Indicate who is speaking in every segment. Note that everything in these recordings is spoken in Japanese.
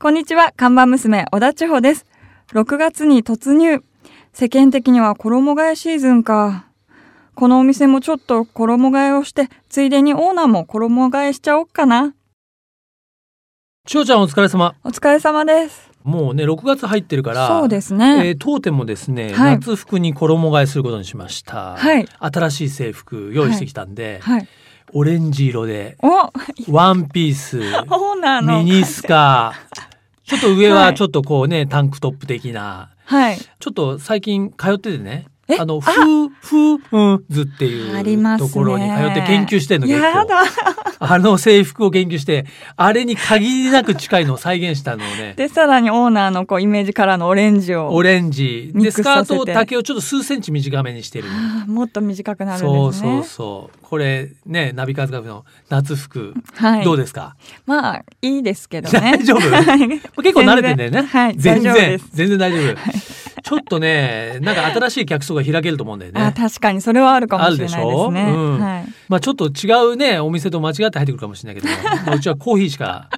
Speaker 1: こんにちは、看板娘、小田千穂です。6月に突入。世間的には衣替えシーズンか。このお店もちょっと衣替えをして、ついでにオーナーも衣替えしちゃおっかな。
Speaker 2: 千代ちゃんお疲れ様。
Speaker 1: お疲れ様です。
Speaker 2: もうね、6月入ってるから。
Speaker 1: そうです
Speaker 2: え
Speaker 1: ね。
Speaker 2: ー当店もですね、
Speaker 1: はい
Speaker 2: 夏服に衣替えすることにしました。
Speaker 1: はい
Speaker 2: 新しい制服用意してきたんで、
Speaker 1: はい。
Speaker 2: オレンジ色で、
Speaker 1: お、
Speaker 2: ワンピ ース、
Speaker 1: オーナーの。
Speaker 2: ミニ ス。カ、ちょっと上
Speaker 1: は
Speaker 2: はいちょっとこうね、タンクトップ的な、
Speaker 1: はい。
Speaker 2: ちょっと最近通っててね、
Speaker 1: え
Speaker 2: あの、
Speaker 1: あ
Speaker 2: ふー、ふー、うん、ずって
Speaker 1: あり
Speaker 2: い
Speaker 1: ま
Speaker 2: う
Speaker 1: すね
Speaker 2: ところに通って研究してんの結構。
Speaker 1: やだ。
Speaker 2: あの制服を研究して、あれに限りなく近いのを再現したのをね、
Speaker 1: で、さらにオーナーのこうイメージカラーのオレンジを。
Speaker 2: オレンジ。
Speaker 1: ミッ
Speaker 2: で、
Speaker 1: クス
Speaker 2: ス
Speaker 1: さ
Speaker 2: カ
Speaker 1: せて
Speaker 2: ート丈をちょっと数センチ短めにしてるの。
Speaker 1: あーもっと短くなる
Speaker 2: そ
Speaker 1: ん
Speaker 2: う
Speaker 1: です
Speaker 2: そ
Speaker 1: ね。
Speaker 2: うそう。これね、ナビカズカフの夏服、
Speaker 1: はい。
Speaker 2: どうですか
Speaker 1: まあ、いいですけどね。
Speaker 2: 大丈夫
Speaker 1: はい
Speaker 2: 結構慣れてんだよね。
Speaker 1: 全然はい大丈
Speaker 2: 全
Speaker 1: 夫で
Speaker 2: 然
Speaker 1: す、
Speaker 2: 全然大丈夫。ちょっとね、なんか新しい客層が開けると思うんだよ
Speaker 1: あ
Speaker 2: ね。
Speaker 1: 確かにそれはあるかもしれないですね。
Speaker 2: あるでしょうん
Speaker 1: はい、
Speaker 2: まあちょっと違うね、お店と間違って入ってくるかもしれないけど、まあうちはコーヒーしか、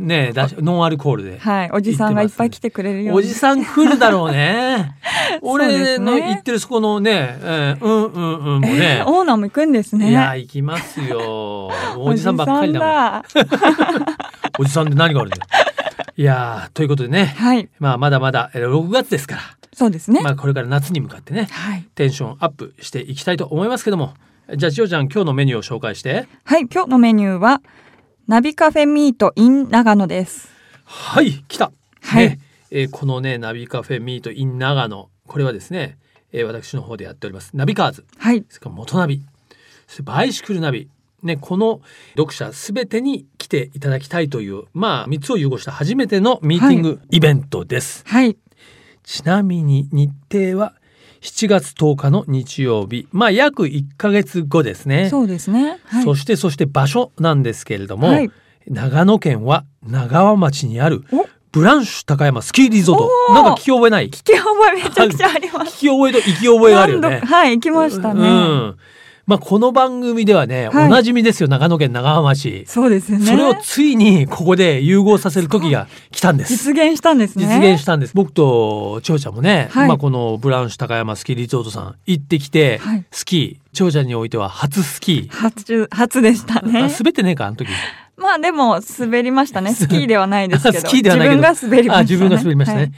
Speaker 2: ね、 出しノンアルコールで。
Speaker 1: はい、おじさんがいっぱい来てくれるよう
Speaker 2: お
Speaker 1: に。
Speaker 2: じさん来るだろうね。
Speaker 1: そうで
Speaker 2: 俺
Speaker 1: す
Speaker 2: の
Speaker 1: ね
Speaker 2: 言ってるそこのね、えーうんうんうんも ね。
Speaker 1: オーナーも行くんですね。
Speaker 2: いや、行きます よ。おじさんばっかりだも
Speaker 1: お
Speaker 2: ん。
Speaker 1: じさんだ
Speaker 2: おじさんで何があるんだよ。いやーということでね、
Speaker 1: はい、
Speaker 2: まあまだまだえー6月ですか
Speaker 1: そうです
Speaker 2: ら、
Speaker 1: ね。
Speaker 2: まあこれから夏に向かってね、
Speaker 1: はい、
Speaker 2: テンションアップしていきたいと思いますけども、じゃあ千代ちゃん今日のメニューを紹介して。
Speaker 1: はい、今日のメニューはナビカフェミート in 長野です。
Speaker 2: はい、来た。
Speaker 1: はい
Speaker 2: ねえーこのね、ナビカフェミートイン長野、これはですね、えー私の方でやっております。ナビカーズ。
Speaker 1: はい、
Speaker 2: それから元ナビ、そしてバイシクルナビ。ね、この読者すべてに来ていただきたいという、まあ、3つを融合した初めてのミーティングイベントです。
Speaker 1: はい、
Speaker 2: ちなみに日程は7月10日の日曜日、まあ、約1ヶ月後ですね。
Speaker 1: そうですね。はい、
Speaker 2: そして、そして場所なんですけれども、
Speaker 1: はい
Speaker 2: 長野県は長和町にある
Speaker 1: お
Speaker 2: ブランシュ高山スキーリゾー
Speaker 1: お
Speaker 2: ト。
Speaker 1: ー
Speaker 2: なんか聞き覚えない聞
Speaker 1: 聞き覚えめちゃくちゃあり ます。
Speaker 2: き覚えと行き覚えがあるよね
Speaker 1: 何。度はい、行きましたね。
Speaker 2: うん。まあ、この番組ではね、
Speaker 1: はい
Speaker 2: おなじみですよ、長野県長浜町。
Speaker 1: そうですよね。
Speaker 2: それをついにここで融合させる時が来たんです。
Speaker 1: 実現したんですね。
Speaker 2: 実現したんです。僕と千代ちゃんもね、
Speaker 1: はい
Speaker 2: まあこのブランシュ高山スキーリゾートさん行ってきて、
Speaker 1: はい
Speaker 2: スキー、千代ちゃんにおいては初スキー。
Speaker 1: 初初でした
Speaker 2: あ
Speaker 1: ね。
Speaker 2: 滑ってねえかあの時。
Speaker 1: まあでも滑りましたね。スキーではないですけど。
Speaker 2: スキーではないけど。
Speaker 1: 自分が滑りましたね。
Speaker 2: あ、自分が滑りましたね。
Speaker 1: はい。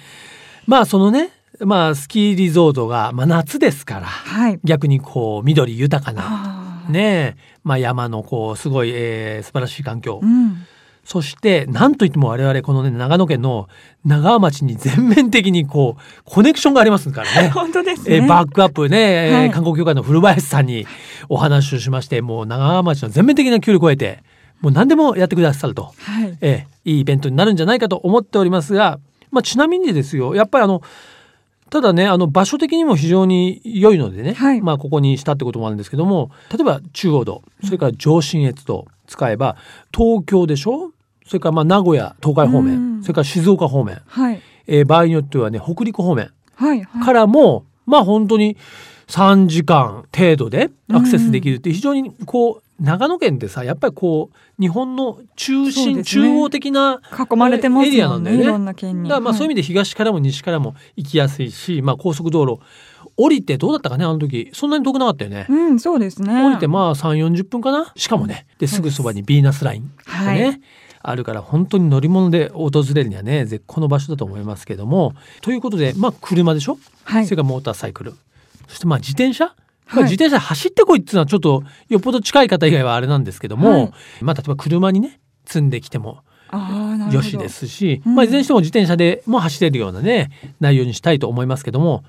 Speaker 2: まあそのね、まあスキーリゾートが、まあ夏ですから、
Speaker 1: はい。
Speaker 2: 逆にこう緑豊かな、
Speaker 1: あー
Speaker 2: ねえ、まあ、山のこうすごい、えー素晴らしい環境、
Speaker 1: うん。。
Speaker 2: そしてなんといっても我々このね長野県の長和町に全面的にこうコネクションがありますからね
Speaker 1: 本当です
Speaker 2: え
Speaker 1: ね。
Speaker 2: ーバックアップね、えー
Speaker 1: はい
Speaker 2: 観光協会の古林さんにお話をしましてもう長和町の全面的な協力を得てもう何でもやってくださると、
Speaker 1: はい。
Speaker 2: えーいいイベントになるんじゃないかと思っておりますが、まあ、ちなみにですよやっぱりあのただねあの場所的にも非常に良いのでね、
Speaker 1: はい
Speaker 2: まあ、ここにしたってこともあるんですけども例えば中央道それから上信越道使えば東京でしょそれからまあ名古屋東海方面、
Speaker 1: うん
Speaker 2: それから静岡方面、
Speaker 1: はい。
Speaker 2: えー場合によってはね北陸方面
Speaker 1: はい。は
Speaker 2: か
Speaker 1: い。
Speaker 2: らも、まあ本当に3時間程度でアクセスできるって非常にこう長野県ってさやっぱりこう日本の中
Speaker 1: そう
Speaker 2: 心、
Speaker 1: です
Speaker 2: 中
Speaker 1: ね
Speaker 2: 央的な
Speaker 1: 囲まれてます
Speaker 2: エリア
Speaker 1: も
Speaker 2: なんんだ
Speaker 1: ね。
Speaker 2: よね。
Speaker 1: いろんな県に。
Speaker 2: だからまあそういう意味で東からも西からも行きやすいし、まあ高速道路降りてどうだったかねあの時そんなに遠くなかったよね。
Speaker 1: はいうん、そうですね。
Speaker 2: 降りてまあ3、40分かなしかもね。で、すぐそばにビーナスラインがね、
Speaker 1: はい
Speaker 2: あるから本当に乗り物で訪れるにはね、絶好の場所だと思いますけども。ということで、まあ車でしょ
Speaker 1: はい
Speaker 2: それ。からモーターサイクル。そしてまあ自転車、
Speaker 1: はい
Speaker 2: 自転車で走ってこいっていうのはちょっとよっぽど近い方以外はあれなんですけども、
Speaker 1: はい
Speaker 2: まあ例えば車にね、積んできても
Speaker 1: ああ、なるほど。
Speaker 2: よしで。すし、
Speaker 1: うん
Speaker 2: まあいずれにしても自転車でも走れるようなね、内容にしたいと思いますけども、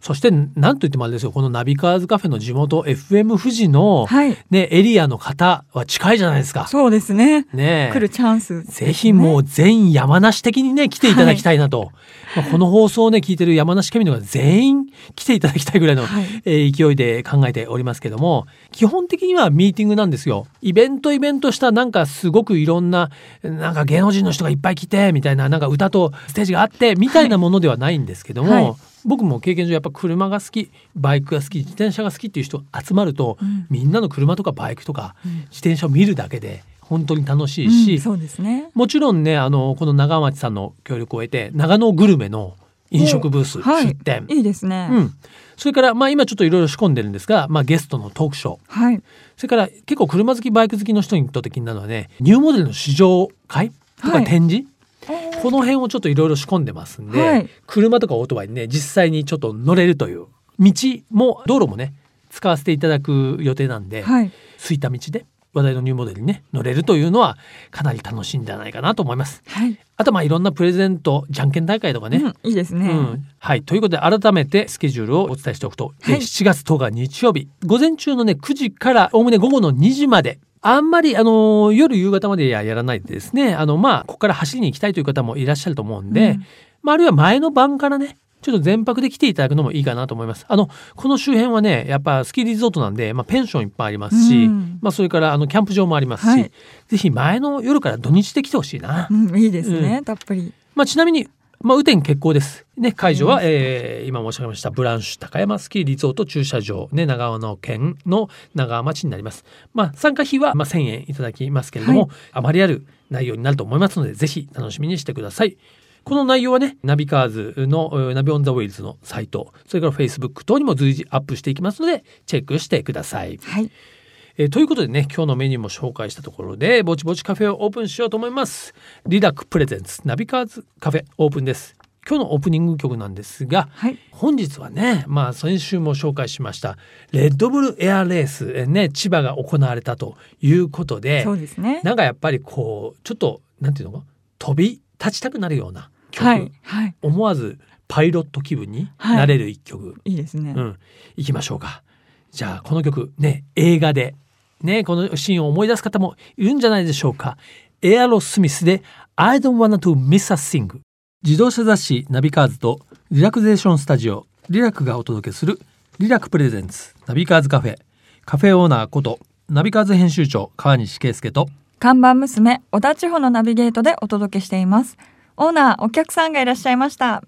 Speaker 2: そしてなんといってもあれですよ、このナビカーズカフェの地元 FM 富士の、
Speaker 1: はい。
Speaker 2: ね、エリアの方は近いじゃないですか。
Speaker 1: そうですね。
Speaker 2: ねえ
Speaker 1: 来るチャンス。
Speaker 2: ぜひもう全山梨的にね、来ていただきたいなと。まあこの放送をね、聞いてる山梨県民の方が全員来ていただきたいぐらいの、
Speaker 1: はい
Speaker 2: えー勢いで考えておりますけども、基本的にはミーティングなんですよ。イベントイベントしたなんかすごくいろんな、なんか芸能人の人がいっぱい来て、みたいな、なんか歌とステージがあって、みたいなものではないんですけども、
Speaker 1: はい
Speaker 2: 僕も経験上やっぱ車が好きバイクが好き自転車が好きっていう人集まると、
Speaker 1: うん
Speaker 2: みんなの車とかバイクとか
Speaker 1: うん
Speaker 2: 自転車を見るだけで本当に楽しいし、
Speaker 1: うんそうですね。
Speaker 2: もちろんねあのこの長町さんの協力を得て長野グルメの飲食ブース
Speaker 1: おはい
Speaker 2: 出店、
Speaker 1: いいですね。
Speaker 2: うん、それから、まあ、今ちょっといろいろ仕込んでるんですが、まあ、ゲストのトークショー
Speaker 1: はい。
Speaker 2: それから結構車好きバイク好きの人にとって気になるのはねニューモデルの試乗会と
Speaker 1: は
Speaker 2: か
Speaker 1: い
Speaker 2: 展示、この辺をちょっといろいろ仕込んでますんで、
Speaker 1: はい
Speaker 2: 車とかオートバイにね実際にちょっと乗れるという道も道路もね使わせていただく予定なんで、
Speaker 1: はい。
Speaker 2: 空いた道で話題のニューモデルにね乗れるというのはかなり楽しいんじゃないかなと思います。
Speaker 1: はい。
Speaker 2: あとまあいろんなプレゼントじゃんけん大会とかね、
Speaker 1: うん、いいですね。
Speaker 2: うん、はいということで改めてスケジュールをお伝えしておくと、え
Speaker 1: はい
Speaker 2: 7月10日日曜日午前中のね9時からおおむね午後の2時まであんまりあのー夜夕方までややらないでですねあのまあここから走りに行きたいという方もいらっしゃると思うんで、
Speaker 1: うん
Speaker 2: まあ、あるいは前の晩からねちょっと全泊で来ていただくのもいいかなと思います。あの、この周辺はね、やっぱスキーリゾートなんで、まあペンションいっぱいありますし、
Speaker 1: うん
Speaker 2: まあそれからあのキャンプ場もありますし、
Speaker 1: はい
Speaker 2: ぜひ前の夜から土日で来てほしいな。
Speaker 1: うん、いいですね。
Speaker 2: う
Speaker 1: たっぷり。
Speaker 2: まあ、ちなみに、まあ、雨天決行です。ね、会場は、えー今申し上げました、ブランシュ高山スキーリゾート駐車場、ね、長野県の長浜町になります。まあ、参加費は、まあ、1000円いただきますけれども、
Speaker 1: は
Speaker 2: あまりある内容になると思いますので、ぜひ楽しみにしてください。この内容はね、ナビカーズの、えーナビオンザウェイズのサイト、それから Facebook 等にも随時アップしていきますので、チェックしてください。
Speaker 1: はい。
Speaker 2: えーということでね今日のメニューも紹介したところでぼちぼちカフェをオープンしようと思いますリラックプレゼンツナビカーズカフェオープンです今日のオープニング曲なんですが
Speaker 1: はい。
Speaker 2: 本日はねまあ先週も紹介しましたレッドブルエアレース、えーね千葉が行われたということで
Speaker 1: そうですね。
Speaker 2: なんかやっぱりこうちょっとなんていうのか飛び立ちたくなるような曲、
Speaker 1: はい。はい。
Speaker 2: 思わずパイロット気分になれる一曲、
Speaker 1: いいですね。
Speaker 2: うん、行きましょうか。じゃあこの曲ね映画でねこのシーンを思い出す方もいるんじゃないでしょうか。エアロスミスで I don't wanna to miss a thing 自動車雑誌ナビカーズとリラクゼーションスタジオリラクがお届けするリラクプレゼンツナビカーズカフェカフェオーナーことナビカーズ編集長川西圭介と
Speaker 1: 看板娘、小田千穂のナビゲートでお届けしています。オーナー、お客さんがいらっしゃいました。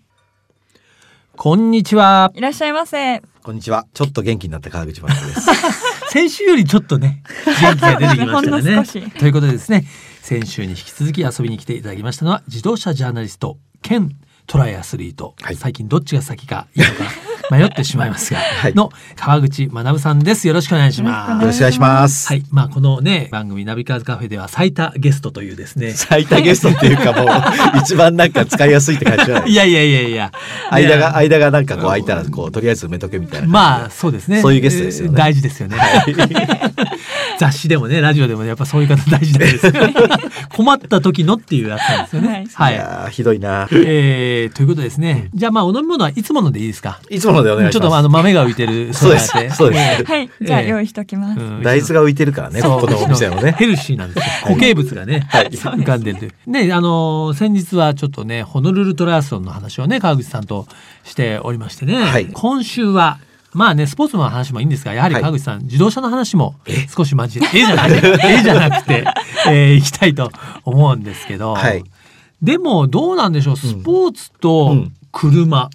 Speaker 2: こんにちはい
Speaker 1: らっしゃいませ。
Speaker 3: こんにちは。ちょっと元気になった川口真由です。
Speaker 2: 先週よりちょっとね元気が出て きました
Speaker 1: ほ
Speaker 2: よ
Speaker 1: んの
Speaker 2: ね
Speaker 1: 少し。
Speaker 2: ということでですね先週に引き続き遊びに来ていただきましたのは自動車ジャーナリスト兼トライアスリート、
Speaker 3: はい
Speaker 2: 最近どっちが先かいいのか迷ってしまい ますが、
Speaker 3: い
Speaker 2: の川口学さんですよろしくお願いし
Speaker 1: よろ
Speaker 2: ま
Speaker 1: く
Speaker 2: す
Speaker 3: よろしくお願いします。
Speaker 2: はい、まあこのね番組ナビカーズカフェでは最多ゲストというですね
Speaker 3: 最多ゲストっていうかもう、一番なんか使いやすいって感じじゃな い
Speaker 2: いやいやいやいや
Speaker 3: 間が、
Speaker 2: いや
Speaker 3: 間がなんかこう空いたら、こう、とりあえず埋めとけみたいな。
Speaker 2: まあそうですね
Speaker 3: そういうゲストですよね
Speaker 2: えー大事ですよね雑誌でもねラジオでもねやっぱそういう方大事なんですよ ね困った時のっていうやつなんですよね
Speaker 3: いやーひどいな。
Speaker 2: えー、ということですね。じゃあまあお飲み物はいつものでいいですか。
Speaker 3: いつものでお願いします。
Speaker 2: ちょっとあの豆が浮いてる
Speaker 3: そうですそうです
Speaker 1: はい。じゃあ、
Speaker 2: ええ
Speaker 1: 用意しときます。
Speaker 2: うん
Speaker 3: 大豆が浮いてるからね、
Speaker 2: そう
Speaker 3: ここのお店もね。
Speaker 2: ヘルシーなんですよ。固形物がね、浮かんでるという。ね、あのー先日はちょっとね、ホノルルトライアスロンの話をね、川口さんとしておりましてね、
Speaker 3: はい
Speaker 2: 今週は、まあね、スポーツの話もいいんですが、やはり
Speaker 3: はい
Speaker 2: 川口さん、自動車の話も少し交えて、えじゃなく て、えじゃなくて、えー行きたいと思うんですけど、
Speaker 3: はい
Speaker 2: でもどうなんでしょう、スポーツ
Speaker 3: う
Speaker 2: と
Speaker 3: ん
Speaker 2: 車。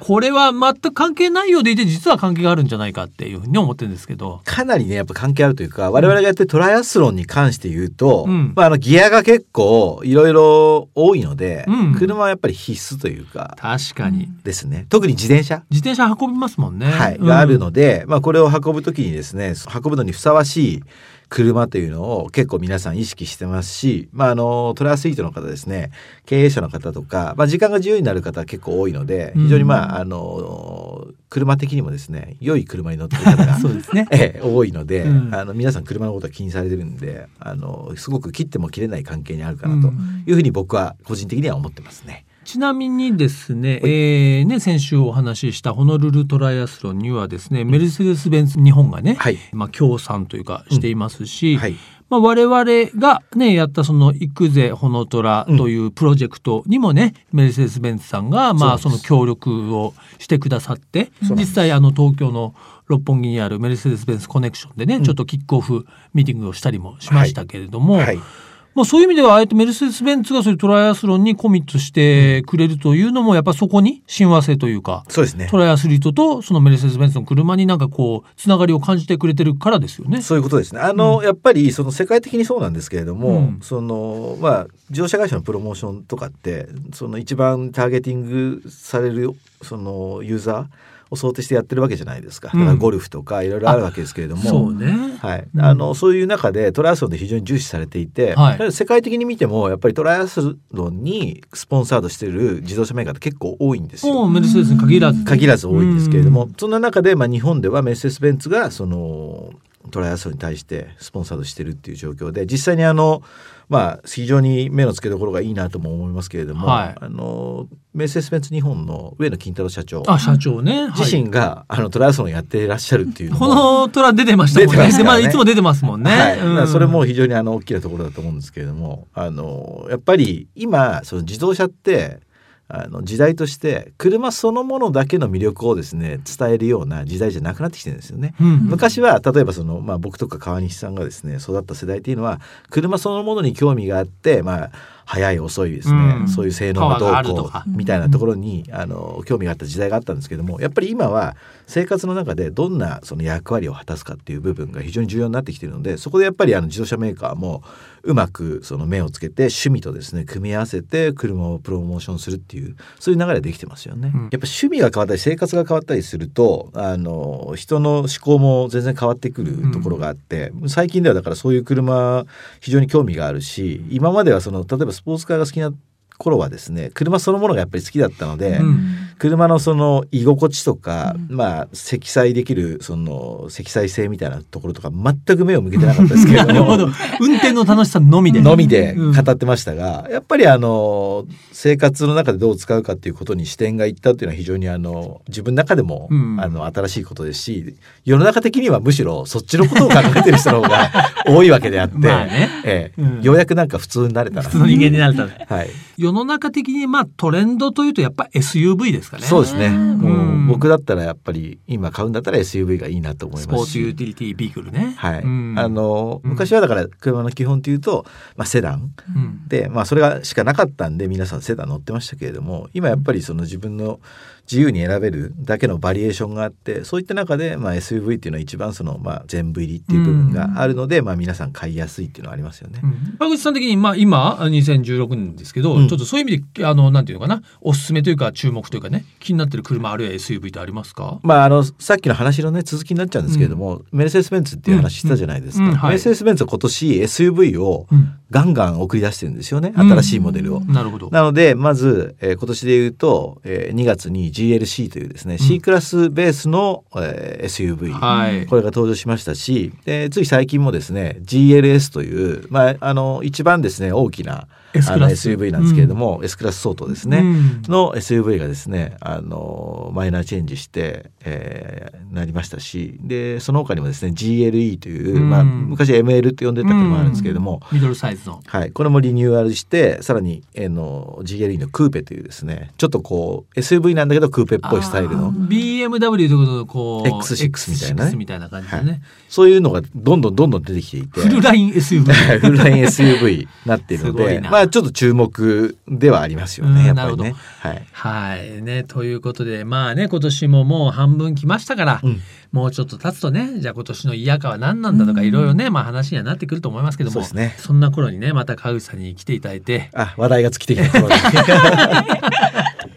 Speaker 2: これは全く関係ないようでいて実は関係があるんじゃないかっていうふうに思ってるんですけど。
Speaker 3: かなりね、やっぱ関係あるというか、我々がやってるトライアスロンに関して言うと、
Speaker 2: うん
Speaker 3: まあ、あの、ギアが結構、いろいろ多いので、
Speaker 2: うん
Speaker 3: 車はやっぱり必須というか、
Speaker 2: 確かに。
Speaker 1: うん
Speaker 3: ですね。特に自転車。
Speaker 2: 自転車運びますもんね。
Speaker 3: はい、
Speaker 2: うん
Speaker 3: があるので、まあ、これを運ぶときにですね運ぶのにふさわしい車というのを結構皆さん意識してますし、まあ、あのトラアスリートの方ですね経営者の方とか、まあ、時間が自由になる方結構多いので非常に、
Speaker 2: うん
Speaker 3: まあ、あの車的にもですね良い車に乗ってる方 が
Speaker 2: そうですね。
Speaker 3: ええ多いので、
Speaker 2: うん
Speaker 3: あの皆さん車のことは気にされてるんであのすごく切っても切れない関係にあるかなと
Speaker 2: うん
Speaker 3: いうふうに僕は個人的には思ってますね。
Speaker 2: ちなみにですね、えーね、先週お話ししたホノルルトライアスロンにはですね、メルセデス・ベンツ日本がね、
Speaker 3: はい
Speaker 2: まあ、協賛というかしていますし、
Speaker 3: はい
Speaker 2: まあ、我々がね、やったその、行くぜ、ホノトラというプロジェクトにもね、メルセデス・ベンツさんが、まあ、そ
Speaker 3: そうで
Speaker 2: の
Speaker 3: す
Speaker 2: 協力をしてくださって、
Speaker 3: うなん
Speaker 2: 実
Speaker 3: です
Speaker 2: 際、あの、東京の六本木にあるメルセデス・ベンツコネクションでね、ちょっとキックオフミーティングをしたりもしましたけれども、
Speaker 3: はい
Speaker 2: まあ、そういう意味ではああやってメルセデス・ベンツがそういうトライアスロンにコミットしてくれるというのもやっぱそこに親和性というか
Speaker 3: そうですね
Speaker 2: トライアスリートとそのメルセデス・ベンツの車になんかこうつながりを感じてくれてるからですよね。
Speaker 3: そういうことですね。あの、
Speaker 2: う
Speaker 3: やっぱりその世界的にそうなんですけれども、
Speaker 2: うん
Speaker 3: そのまあ自動車会社のプロモーションとかってその一番ターゲティングされるそのユーザーを想定してやってるわけじゃないですか。だから
Speaker 2: うん
Speaker 3: ゴルフとかいろいろあるわけですけれど
Speaker 2: そ
Speaker 3: も
Speaker 2: う。ね、
Speaker 3: はい、
Speaker 2: うん
Speaker 3: あのそういう中でトライアスロンで非常に重視されていて、
Speaker 2: はい
Speaker 3: だから世界的に見てもやっぱりトライアスロンにスポンサードしてる自動車メーカーって結構多いんですよ。
Speaker 2: もうメルセデスに限らず。
Speaker 3: 限らず多いんですけれども、
Speaker 2: うん
Speaker 3: そんな中で、まあ、日本ではメルセデス・ベンツがそのトライアスロンに対してスポンサードしてるっていう状況で実際にあの、まあ、非常に目の付けどころがいいなとも思いますけれども、
Speaker 2: はい
Speaker 3: あのメルセデス・ベンツ日本の上野金太郎社長
Speaker 2: あ社長ね、はい
Speaker 3: 自身が、あのトライアスロンやっていらっしゃるっていうの
Speaker 2: こ
Speaker 3: も
Speaker 2: の虎出てましたもんね。
Speaker 3: 出てます
Speaker 2: で
Speaker 3: か
Speaker 2: まあ
Speaker 3: らね
Speaker 2: いつも出てますもんね。
Speaker 3: はい、だ
Speaker 2: うん
Speaker 3: からそれも非常にあの大きなところだと思うんですけれどもあのやっぱり今その自動車ってあの時代として車そのものだけの魅力をですね伝えるような時代じゃなくなってきてるんですよね。
Speaker 2: うん
Speaker 3: 昔は例えばその、まあ、僕とか川西さんがですね育った世代っていうのは車そのものに興味があって、まあ、速い遅いですね、
Speaker 2: うん
Speaker 3: そういう性能が
Speaker 2: パワーがある
Speaker 3: どう
Speaker 2: と
Speaker 3: こ
Speaker 2: か
Speaker 3: うみたいなところに、あの興味があった時代があったんですけどもやっぱり今は生活の中でどんなその役割を果たすかっていう部分が非常に重要になってきているのでそこでやっぱりあの自動車メーカーもうまくその目をつけて趣味とですね組み合わせて車をプロモーションするっていうそういう流れができてますよね。
Speaker 2: うん
Speaker 3: やっぱ趣味が変わったり生活が変わったりするとあの人の思考も全然変わってくるところがあって、最近ではだからそういう車非常に興味があるし今まではその例えばスポーツカーが好きな頃はですね車そのものがやっぱり好きだったので、
Speaker 2: うん
Speaker 3: 車のその居心地とか、
Speaker 1: うん
Speaker 3: まあ積載できるその積載性みたいなところとか全く目を向けてなかったですけ れ
Speaker 2: な
Speaker 3: ど
Speaker 2: る
Speaker 3: も
Speaker 2: ほど。運転の楽しさのみで。
Speaker 3: のみで
Speaker 2: うん
Speaker 3: 語ってましたが、やっぱりあの生活の中でどう使うかっていうことに視点がいったっていうのは非常にあの自分の中でも、
Speaker 2: うん
Speaker 3: あの新しいことですし世の中的にはむしろそっちのことを考えてる人の 方が多いわけであって、
Speaker 2: まあね。
Speaker 3: ええ
Speaker 2: うん
Speaker 3: ようやくなんか普通になれた
Speaker 2: 普
Speaker 3: ら
Speaker 2: 通。の人間になるため。
Speaker 3: はい、
Speaker 2: 世の中的にまあトレンドというとやっぱ SUV ですかね。
Speaker 3: そうですね、
Speaker 1: うん
Speaker 3: もう僕だったらやっぱり今買うんだったら SUV がいいなと思
Speaker 2: ス
Speaker 3: いますし
Speaker 2: ポーツユーティリティビークルね。
Speaker 3: はい、
Speaker 2: うん
Speaker 3: あ、の
Speaker 2: うん
Speaker 3: 昔はだから車の基本というと、まあ、セダン
Speaker 2: うん
Speaker 3: で、まあ、それがしかなかったんで皆さんセダン乗ってましたけれども今やっぱりその自分の自由に選べるだけのバリエーションがあってそういった中で、まあ、SUV っていうのは一番その、まあ、全部入りっていう部分があるので、まあ、皆さん買いやすいっていうのはありますよね。
Speaker 2: うん川口さん的に、まあ、今2016年ですけど、
Speaker 3: うん
Speaker 2: ちょっとそういう意味であのなんていうのかなおすすめというか注目というかね気になってる車あるいは SUV ってありますか
Speaker 3: まあ、あのさっきの話の、ね、続きになっちゃうんですけれども、メルセデス・ベンツっていう話したじゃないですか、
Speaker 2: うんうんはい
Speaker 3: メルセデス・ベンツは今年 SUV を
Speaker 2: うん
Speaker 3: ガンガン送り出してるんですよね
Speaker 2: うん
Speaker 3: 新しいモデルを。
Speaker 2: なるほど。
Speaker 3: なのでまず、えー今年で言うと、えー2月に GLC というですね、C クラスベースの、えー SUV、
Speaker 2: はい。
Speaker 3: これが登場しましたし、えーつい最近もですね GLS という、まあ、あの一番ですね大きな
Speaker 2: S
Speaker 3: あ
Speaker 2: ク
Speaker 3: の
Speaker 2: ラス
Speaker 3: SUV なんですけれども、S クラス相当ですね、
Speaker 2: うん
Speaker 3: の SUV がですねあのマイナーチェンジして、えーなりましたしでその他にもですね GLE という、まあ、
Speaker 2: うん
Speaker 3: 昔 ML って呼んでた車なんですけれども、
Speaker 2: ミドルサイズの。
Speaker 3: はい、これもリニューアルしてさらに、えーの GLE のクーペというですねちょっとこう SUV なんだけどクーペっぽいスタイル
Speaker 2: あ
Speaker 3: の
Speaker 2: ー BMW ということでこう
Speaker 3: X6 みたいなね
Speaker 2: X6 みたいな感じでね、
Speaker 3: そういうのがどんどんどんどん出てきていて
Speaker 2: フルライン SUV
Speaker 3: フルライン SUV になっているの
Speaker 2: すごい
Speaker 3: で
Speaker 2: な
Speaker 3: まあちょっと注目ではありますよ
Speaker 2: うん
Speaker 3: ねやっぱ
Speaker 2: な
Speaker 3: り
Speaker 2: る
Speaker 3: ね。はい
Speaker 2: はいねということでまあね今年ももう半分来ましたから、
Speaker 3: うん
Speaker 2: もうちょっと経つとねじゃあ今年の嫌かは何なんだとか
Speaker 1: うん
Speaker 2: いろいろねまあ話にはなってくると思いますけど
Speaker 3: そ
Speaker 2: も
Speaker 3: うですね
Speaker 2: そんな頃にねまた川口さんに来ていただいて
Speaker 3: あ話題が尽きてきたところで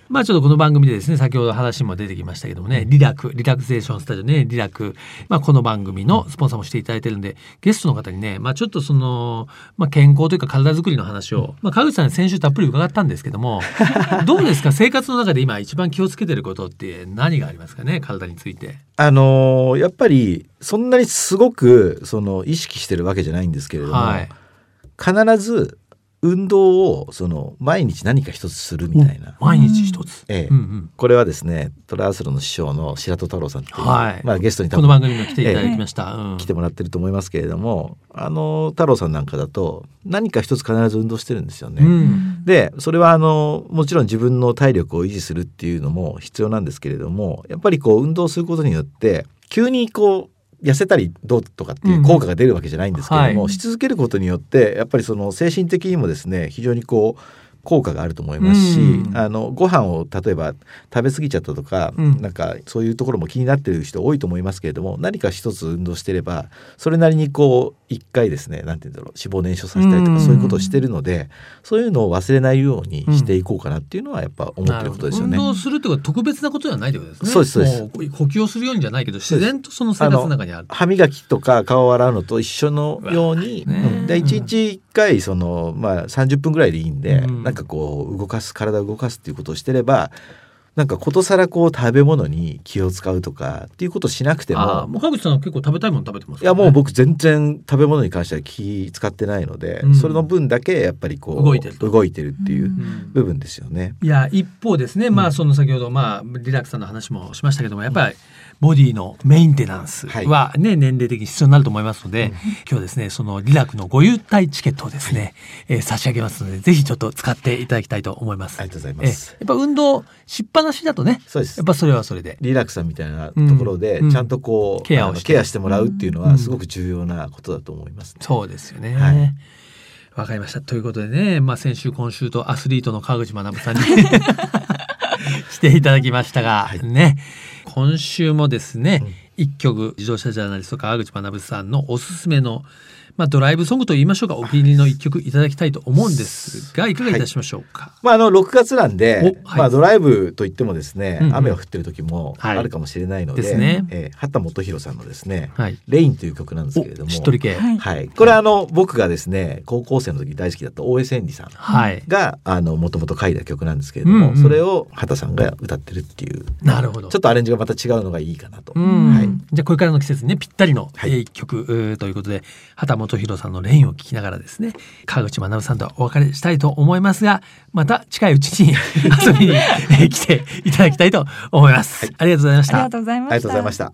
Speaker 2: まあちょっとこの番組でですね先ほど話も出てきましたけどもねリラクリラクゼーションスタジオねリラク、まあ、この番組のスポンサーもしていただいてるんでゲストの方にね、まあ、ちょっとその、まあ、健康というか体づくりの話を、まあ、川口さんに先週たっぷり伺ったんですけど もどうですか生活の中で今一番気をつけてることって何がありますかね体について。
Speaker 3: あのーやっぱりそんなにすごくその意識してるわけじゃないんですけれども、
Speaker 2: はい、
Speaker 3: 必ず運動をその毎日何か一つするみたいな。
Speaker 2: 毎日一つ、
Speaker 3: ええ
Speaker 2: うんうん
Speaker 3: これはですねトラアスロンの師匠の白戸太郎さんっていう、
Speaker 2: はい
Speaker 3: まあ、ゲストに多
Speaker 2: この番
Speaker 3: 分
Speaker 2: 組にも来ていただきました。うん
Speaker 3: 来てもらってると思いますけれどもあの太郎さんなんかだと何か一つ必ず運動してるんですよ
Speaker 2: う
Speaker 3: ね。
Speaker 2: ん
Speaker 3: でそれはあのもちろん自分の体力を維持するっていうのも必要なんですけれどもやっぱりこう運動することによって急にこう痩せたりどうとかっていう効果が出るわけじゃないんですけれども、
Speaker 1: はい
Speaker 3: し続けることによってやっぱりその精神的にもですね非常にこう効果があると思いますし、
Speaker 2: うん
Speaker 3: あのご飯を例えば食べ過ぎちゃったとか、
Speaker 2: うん
Speaker 3: なんかそういうところも気になってる人多いと思いますけれども何か一つ運動してればそれなりにこう一回ですねなんて言うんだろう脂肪燃焼させたりと
Speaker 2: うん
Speaker 3: かそういうことをしてるので、そういうのを忘れないようにしていこうかなっていうのはやっぱ思ってることですよ
Speaker 2: な
Speaker 3: ね。
Speaker 2: るほど運動するってことは特別なことではないということですね。
Speaker 3: そうですそうです
Speaker 2: も呼吸をするようにじゃないけど、自然とその生活の中にある。
Speaker 3: 歯磨きとか顔を洗うのと一緒のように、
Speaker 2: うわね
Speaker 3: うんで1日1回その、まあ、30分ぐらいでいいんで、
Speaker 2: うん
Speaker 3: なんかこう動かす体を動かすっていうことをしてればなんかことさらこう食べ物に気を使うとかっていうことをしなくて
Speaker 2: ああ、
Speaker 3: も
Speaker 2: もう川口さんは結構食べたいもの食べてます
Speaker 3: い
Speaker 2: よ
Speaker 3: や
Speaker 2: ね、
Speaker 3: もう僕全然食べ物に関しては気使ってないので、
Speaker 2: うん
Speaker 3: それの分だけやっぱりこう
Speaker 2: 動いてると
Speaker 3: 動いてるっていうう
Speaker 2: う
Speaker 3: ん
Speaker 2: ん
Speaker 3: 部分ですよね。
Speaker 2: いや一方ですね、まあその先ほどまあリラックさんの話もしましたけどもやっぱりボディのメンテナンスはね、年齢的に必要になると思いますので、今日ですねそのリラックのご優待チケットをですね、えー差し上げますのでぜひちょっと使っていただきたいと思います。
Speaker 3: ありがとうござい
Speaker 2: えー
Speaker 3: ます。
Speaker 2: やっぱ運動しっぱなしだとね
Speaker 3: そうです
Speaker 2: やっぱそれはそれで
Speaker 3: リラックさんみたいなところで
Speaker 2: うん
Speaker 3: ちゃんとこう、
Speaker 2: うんケアを
Speaker 3: あの
Speaker 2: して
Speaker 3: ケアしてもらうっていうの
Speaker 2: う
Speaker 3: は
Speaker 2: ん
Speaker 3: すごく重要なことだと思いますね、
Speaker 2: そうですよね。わ、
Speaker 3: はい
Speaker 2: かりました。ということでね、まあ先週今週とアスリートの川口学さんに していただきましたが、
Speaker 3: はい
Speaker 2: ね、今週もですね
Speaker 3: うん、
Speaker 2: 一曲自動車ジャーナリスト川口学さんのおすすめのまあドライブソングと言いましょうか、お気に入りの一曲いただきたいと思うんですが、いかがいたしましょうか。
Speaker 3: まあ、あの6月なんで、
Speaker 2: おはい
Speaker 3: まあ、ドライブといってもですね、
Speaker 2: うんうん
Speaker 3: 雨が降ってる時も
Speaker 2: はい
Speaker 3: あるかもしれないの
Speaker 2: で
Speaker 3: で,、
Speaker 2: すね
Speaker 3: えー畑基博さんのですね
Speaker 2: はい。
Speaker 3: 「レイン」という曲なんですけれど
Speaker 2: お
Speaker 3: も
Speaker 2: しっとり系。
Speaker 1: はい
Speaker 3: はい、これはあの僕がですね高校生の時大好きだった大江千里さん
Speaker 2: はい。
Speaker 3: がもともと書いた曲なんですけれども、
Speaker 2: うんうん
Speaker 3: それを畑さんが歌ってるっていう
Speaker 2: なるほど
Speaker 3: ちょっ。とアレンジがまた違うのがいいかなと。
Speaker 2: うん
Speaker 3: はい
Speaker 2: じゃあこれからの季節にねぴったりの、
Speaker 3: はい
Speaker 2: えー一曲うーということで畑基博さんの「レイン」を聞きながらですね川口学さんとはお別れしたいと思いますがまた近いう ちに遊びに、えー来ていただきたいと思います。ありがとうございまし
Speaker 1: あり
Speaker 2: た
Speaker 1: がとうございまし
Speaker 3: あり
Speaker 1: た。
Speaker 3: がとうございました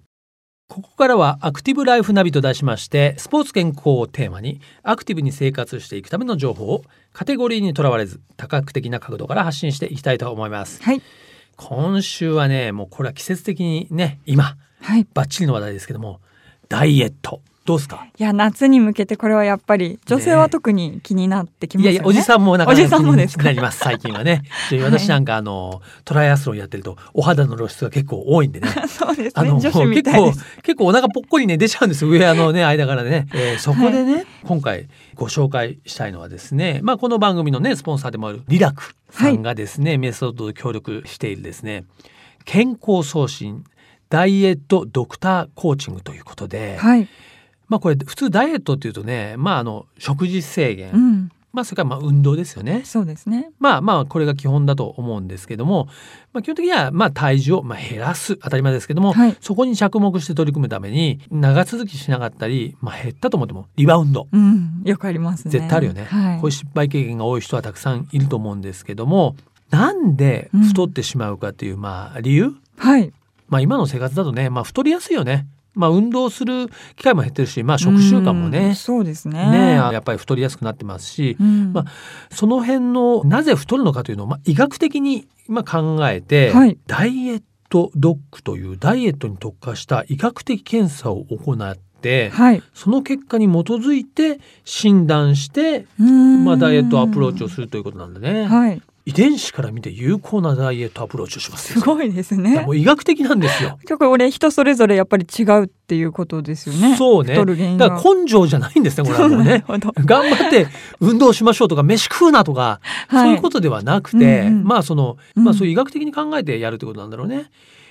Speaker 2: ここからはアクティブライフナビと題しましてスポーツ健康をテーマにアクティブに生活していくための情報をカテゴリーにとらわれず多角的な角度から発信していきたいと思います。
Speaker 1: はい。
Speaker 2: 今週はねもうこれは季節的にね今
Speaker 1: はい。い
Speaker 2: バッチリの話題ですけどもダイエットどうですか
Speaker 1: や、夏に向けてこれはやっぱり、女性は特に気になってきます
Speaker 2: いや
Speaker 1: よね。
Speaker 2: いやおじさんもなんか
Speaker 1: おじさんもですか
Speaker 2: 気になります最近 はねで私なんかあのトライアスロンやってるとお肌の露出が結構多いんでね
Speaker 1: そうです
Speaker 2: あ
Speaker 1: ね。
Speaker 2: の
Speaker 1: 女子み
Speaker 2: 結
Speaker 1: たいで
Speaker 2: 構
Speaker 1: す。
Speaker 2: 結構お腹ぽっこりね出ちゃうんですよ上あのね間からね、えーそこでね、今回ご紹介したいのはですねまあこの番組のねスポンサーでもあるリラクさんがですね、メソッドと協力しているですね健康促進ダイエットドクターコーチングということで、
Speaker 1: はい。
Speaker 2: まあこれ普通ダイエットっていうとね、まああの食事制限、
Speaker 1: うん。
Speaker 2: まあそれからまあ運動ですよね。
Speaker 1: そうですね。
Speaker 2: まあまあこれが基本だと思うんですけども、まあ基本的にはまあ体重をまあ減らす当たり前ですけども、
Speaker 1: はい
Speaker 2: そこに着目して取り組むために長続きしなかったり、まあ減ったと思ってもリバウンド。
Speaker 1: うん。よくありますね。
Speaker 2: 絶対あるよね、
Speaker 1: はい。
Speaker 2: こういう失敗経験が多い人はたくさんいると思うんですけども、なんで太ってしまうかっていうまあ理由、
Speaker 1: はい。
Speaker 2: まあ今の生活だとね、まあ太りやすいよね。まあ運動する機会も減ってるし、まあ食習慣も
Speaker 1: うん
Speaker 2: ね、
Speaker 1: そうですね。
Speaker 2: ねえ、やっぱり太りやすくなってますし、
Speaker 1: うん
Speaker 2: まあその辺のなぜ太るのかというのを、まあ、医学的にまあ考えて、
Speaker 1: はい
Speaker 2: ダイエットドックというダイエットに特化した医学的検査を行って、
Speaker 1: はい。
Speaker 2: その結果に基づいて診断して、
Speaker 1: ま
Speaker 2: まあ、ダイエットアプローチをするということなんでね、
Speaker 1: はい。
Speaker 2: 遺伝子から見て有効なダイエットアプローチをします
Speaker 1: す
Speaker 2: よ
Speaker 1: ごいです
Speaker 2: だから
Speaker 1: ね
Speaker 2: も。う医学的なんですよ。
Speaker 1: 結構俺人それぞれやっぱり違うっていうことですよね。
Speaker 2: そうね
Speaker 1: 太る原因
Speaker 2: だ
Speaker 1: が。
Speaker 2: から根性じゃないんですね、これはもう
Speaker 1: なる
Speaker 2: ね。
Speaker 1: ほど。。
Speaker 2: 頑張って運動しましょうとか、飯食うなとか、そういうこととではなくて、
Speaker 1: うんうん
Speaker 2: まあその、
Speaker 1: うん
Speaker 2: まあそういう医学的に考えてやるってことなんだろうね。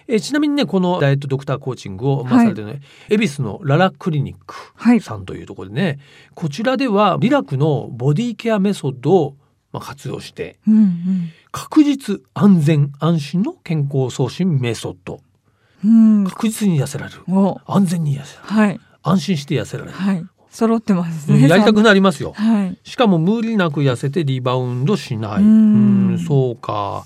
Speaker 2: えーちなみにねこのダイエットドクターコーチングをまあ
Speaker 1: はい
Speaker 2: されてるのは恵比寿のララクリニッ
Speaker 1: はい
Speaker 2: クさんというところでね、こちらではリラクのボディケアメソッドをまあ活用して
Speaker 1: うんうん。
Speaker 2: 確実安全安心の健康増進メソッド
Speaker 1: うん。
Speaker 2: 確実に痩せられる
Speaker 1: お
Speaker 2: 安全に痩せられる
Speaker 1: はい
Speaker 2: 安心して痩せられる、
Speaker 1: はい揃ってます
Speaker 2: うん
Speaker 1: ね。
Speaker 2: やりたくなりますよ。
Speaker 1: はい。
Speaker 2: しかも無理なく痩せてリバウンドしない。
Speaker 1: う
Speaker 2: うんん、そうか。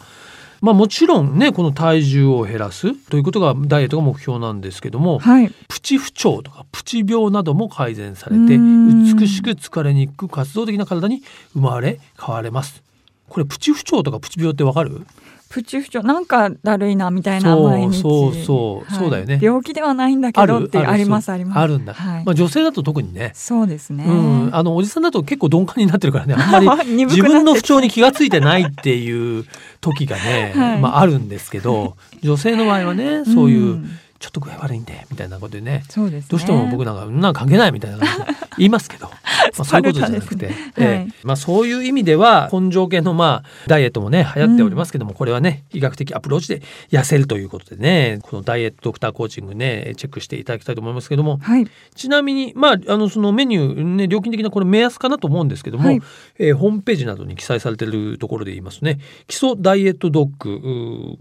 Speaker 2: まあもちろんね、この体重を減らすということがダイエットが目標なんですけども、
Speaker 1: はい。
Speaker 2: プチ不調とかプチ病なども改善され
Speaker 1: う
Speaker 2: て、
Speaker 1: ん
Speaker 2: 美しく疲れにくく活動的な体に生まれ変われます。これプチ不調とかプチ病ってわかる
Speaker 1: プチ不調なんかだるいなみたいな
Speaker 2: そう
Speaker 1: 毎日
Speaker 2: そうそうそうだよね
Speaker 1: 病気ではないんだけ
Speaker 2: あ
Speaker 1: どっ
Speaker 2: る
Speaker 1: てあります
Speaker 2: そう
Speaker 1: あります
Speaker 2: あるんだ、
Speaker 1: はい
Speaker 2: まあ女性だと特にね
Speaker 1: そうですね、
Speaker 2: うん、あのおじさんだと結構鈍感になって るからねあんま
Speaker 1: 鈍くなっ
Speaker 2: り
Speaker 1: て
Speaker 2: 自分の不調に気がついてないっていう時がね、
Speaker 1: はい
Speaker 2: まああるんですけど女性の場合はねそういう、
Speaker 1: ん
Speaker 2: ちょっと具合悪いんでみたいなことでね
Speaker 1: そうですね
Speaker 2: どうしても僕なんか、そんなん関係ないみたいな感じで 言 いますけど、まあ、そういうことじゃなくて、
Speaker 1: すね
Speaker 2: ええ
Speaker 1: はい
Speaker 2: まあ、そういう意味では根性系のまあダイエットもね流行っておりますけども、これはね医学的アプローチで痩せるということでねこのダイエットドクターコーチングねチェックしていただきたいと思いますけども
Speaker 1: はい
Speaker 2: ちなみに、まあ、あのそのメニュー、ね、料金的なこれ目安かなと思うんですけども、
Speaker 1: はい
Speaker 2: えーホームページなどに記載されているところで言いますね基礎ダイエットドッグう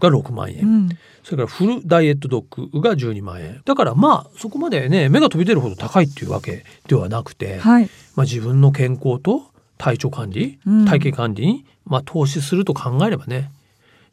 Speaker 2: ーが6万円、
Speaker 1: うん
Speaker 2: それからフルダイエットドッグが12万円だからまあそこまでね目が飛び出るほど高いっていうわけではなくて、
Speaker 1: はい
Speaker 2: まあ、自分の健康と体調管理、
Speaker 1: うん
Speaker 2: 体型管理に、まあ、投資すると考えればね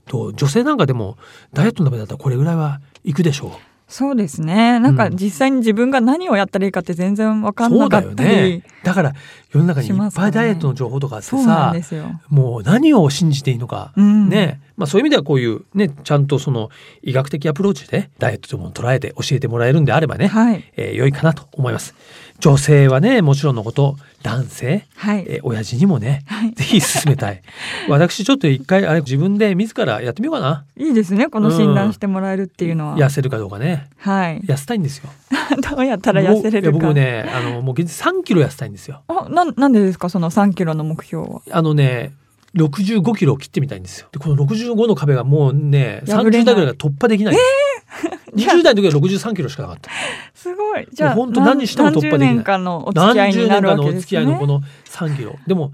Speaker 2: と女性なんかでもダイエットのためだったらこれぐらいはいくでしょう。
Speaker 1: そうですねなんか
Speaker 2: うん
Speaker 1: 実際に自分が何をやったらいいかって全然わかん
Speaker 2: そ
Speaker 1: な
Speaker 2: う
Speaker 1: か
Speaker 2: だ
Speaker 1: っ
Speaker 2: よ
Speaker 1: たり
Speaker 2: ね。だから世の中にい
Speaker 1: しま
Speaker 2: っ
Speaker 1: すから
Speaker 2: ぱい
Speaker 1: ね
Speaker 2: ダイエットの情報とかあって
Speaker 1: そうな
Speaker 2: さ
Speaker 1: ん、ですよ、
Speaker 2: もう何を信じていいのか、
Speaker 1: うん、
Speaker 2: ねまあ、そういう意味ではこういうねちゃんとその医学的アプローチでダイエットというものを捉えて教えてもらえるんであればね、
Speaker 1: はい
Speaker 2: えー良いかなと思います。女性はねもちろんのこと男性
Speaker 1: はい、
Speaker 2: えー親父にもね、
Speaker 1: はい
Speaker 2: ぜひ勧めたい。私ちょっと一回あれ自分で自らやってみようかな。
Speaker 1: いいですねこの診断してもらえるっていうのは、
Speaker 2: 痩せるかどうかね。
Speaker 1: はい
Speaker 2: 痩せたいんですよ。
Speaker 1: どうやったら痩せれるか
Speaker 2: 僕いや僕ね、あのもう現実3キロ痩せたいんですよ。
Speaker 1: あななんでですかその3キロの目標は
Speaker 2: あのね、65キロを切ってみたいんですよ。で、この65の壁がもうね、
Speaker 1: 破れない
Speaker 2: 30代ぐらいが突破できない。
Speaker 1: じゃあ
Speaker 2: 20代の時は63キロしかなかった。
Speaker 1: すごいじゃあ
Speaker 2: もうほんと何しても突破できない
Speaker 1: 何十年間 のお付き合
Speaker 2: 何
Speaker 1: い
Speaker 2: 十
Speaker 1: にな
Speaker 2: 年
Speaker 1: る
Speaker 2: 間
Speaker 1: わ
Speaker 2: の
Speaker 1: け
Speaker 2: お
Speaker 1: で
Speaker 2: 付
Speaker 1: す
Speaker 2: き合
Speaker 1: ね
Speaker 2: いのこの3キロ。でも、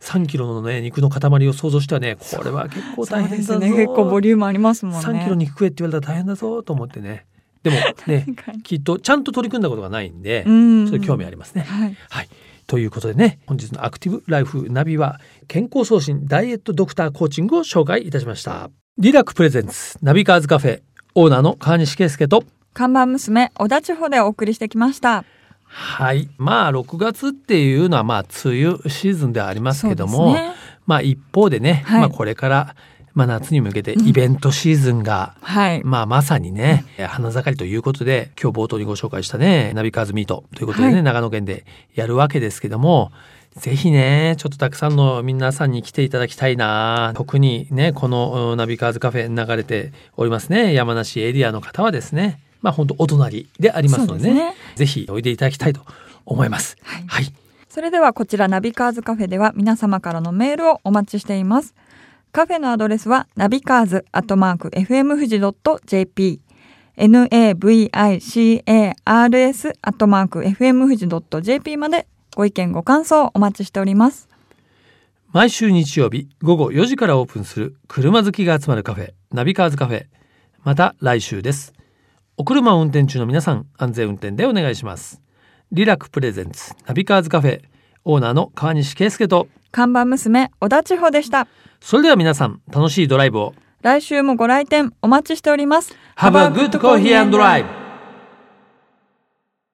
Speaker 2: 3キロのね、肉の塊を想像してはね、これは結構
Speaker 1: そ
Speaker 2: 大
Speaker 1: うで
Speaker 2: 変だ
Speaker 1: す
Speaker 2: ぞ。
Speaker 1: ね結構ボリュームありますもんね
Speaker 2: 3キロ肉食えって言われたら大変だぞと思ってね。でも ね
Speaker 1: 確かに、
Speaker 2: きっとちゃんと取り組んだことがないんで、
Speaker 1: うん
Speaker 2: それ興味ありますね。
Speaker 1: はい
Speaker 2: はい。ということでね、本日のアクティブライフナビは、健康創新ダイエットドクターコーチングを紹介いたしました。リラックプレゼンツ、ナビカーズカフェ、オーナーの川西圭介と、
Speaker 1: 看板娘小田地方でお送りしてきました
Speaker 2: はい。まあ、6月っていうのは、まあ、梅雨シーズンではありますけど
Speaker 1: そう
Speaker 2: も、
Speaker 1: ですね
Speaker 2: まあ、一方でね、
Speaker 1: はい
Speaker 2: まあ、これから、まあ、夏に向けてイベントシーズンが、
Speaker 1: はい
Speaker 2: まあまさにね、花盛りということで、今日冒頭にご紹介したね、ナビカーズミートということでね、
Speaker 1: はい
Speaker 2: 長野県でやるわけですけども、ぜひね、ちょっとたくさんの皆さんに来ていただきたいな。特にね、このうんナビカーズカフェ流れておりますね、山梨エリアの方はですね、まあ本当お隣でありますので
Speaker 1: そう
Speaker 2: ね、
Speaker 1: ですね
Speaker 2: ぜひおいでいただきたいと思います。
Speaker 1: はい
Speaker 2: はい。
Speaker 1: それではこちらナビカーズカフェでは皆様からのメールをお待ちしています。カフェのアドレスはナビカーズアットマーク FM 富士 .jp navicars アットマーク FM 富士 .jp までご意見ご感想をお待ちしております。
Speaker 2: 毎週日曜日午後4時からオープンする車好きが集まるカフェナビカーズカフェまた来週ですお車を運転中の皆さん安全運転でお願いしますリラックプレゼンツナビカーズカフェオーナーの川西圭介と
Speaker 1: 看板娘小田千穂でした。
Speaker 2: それでは皆さん楽しいドライブを
Speaker 1: 来週もご来店お待ちしております。
Speaker 2: Have a good coffee and drive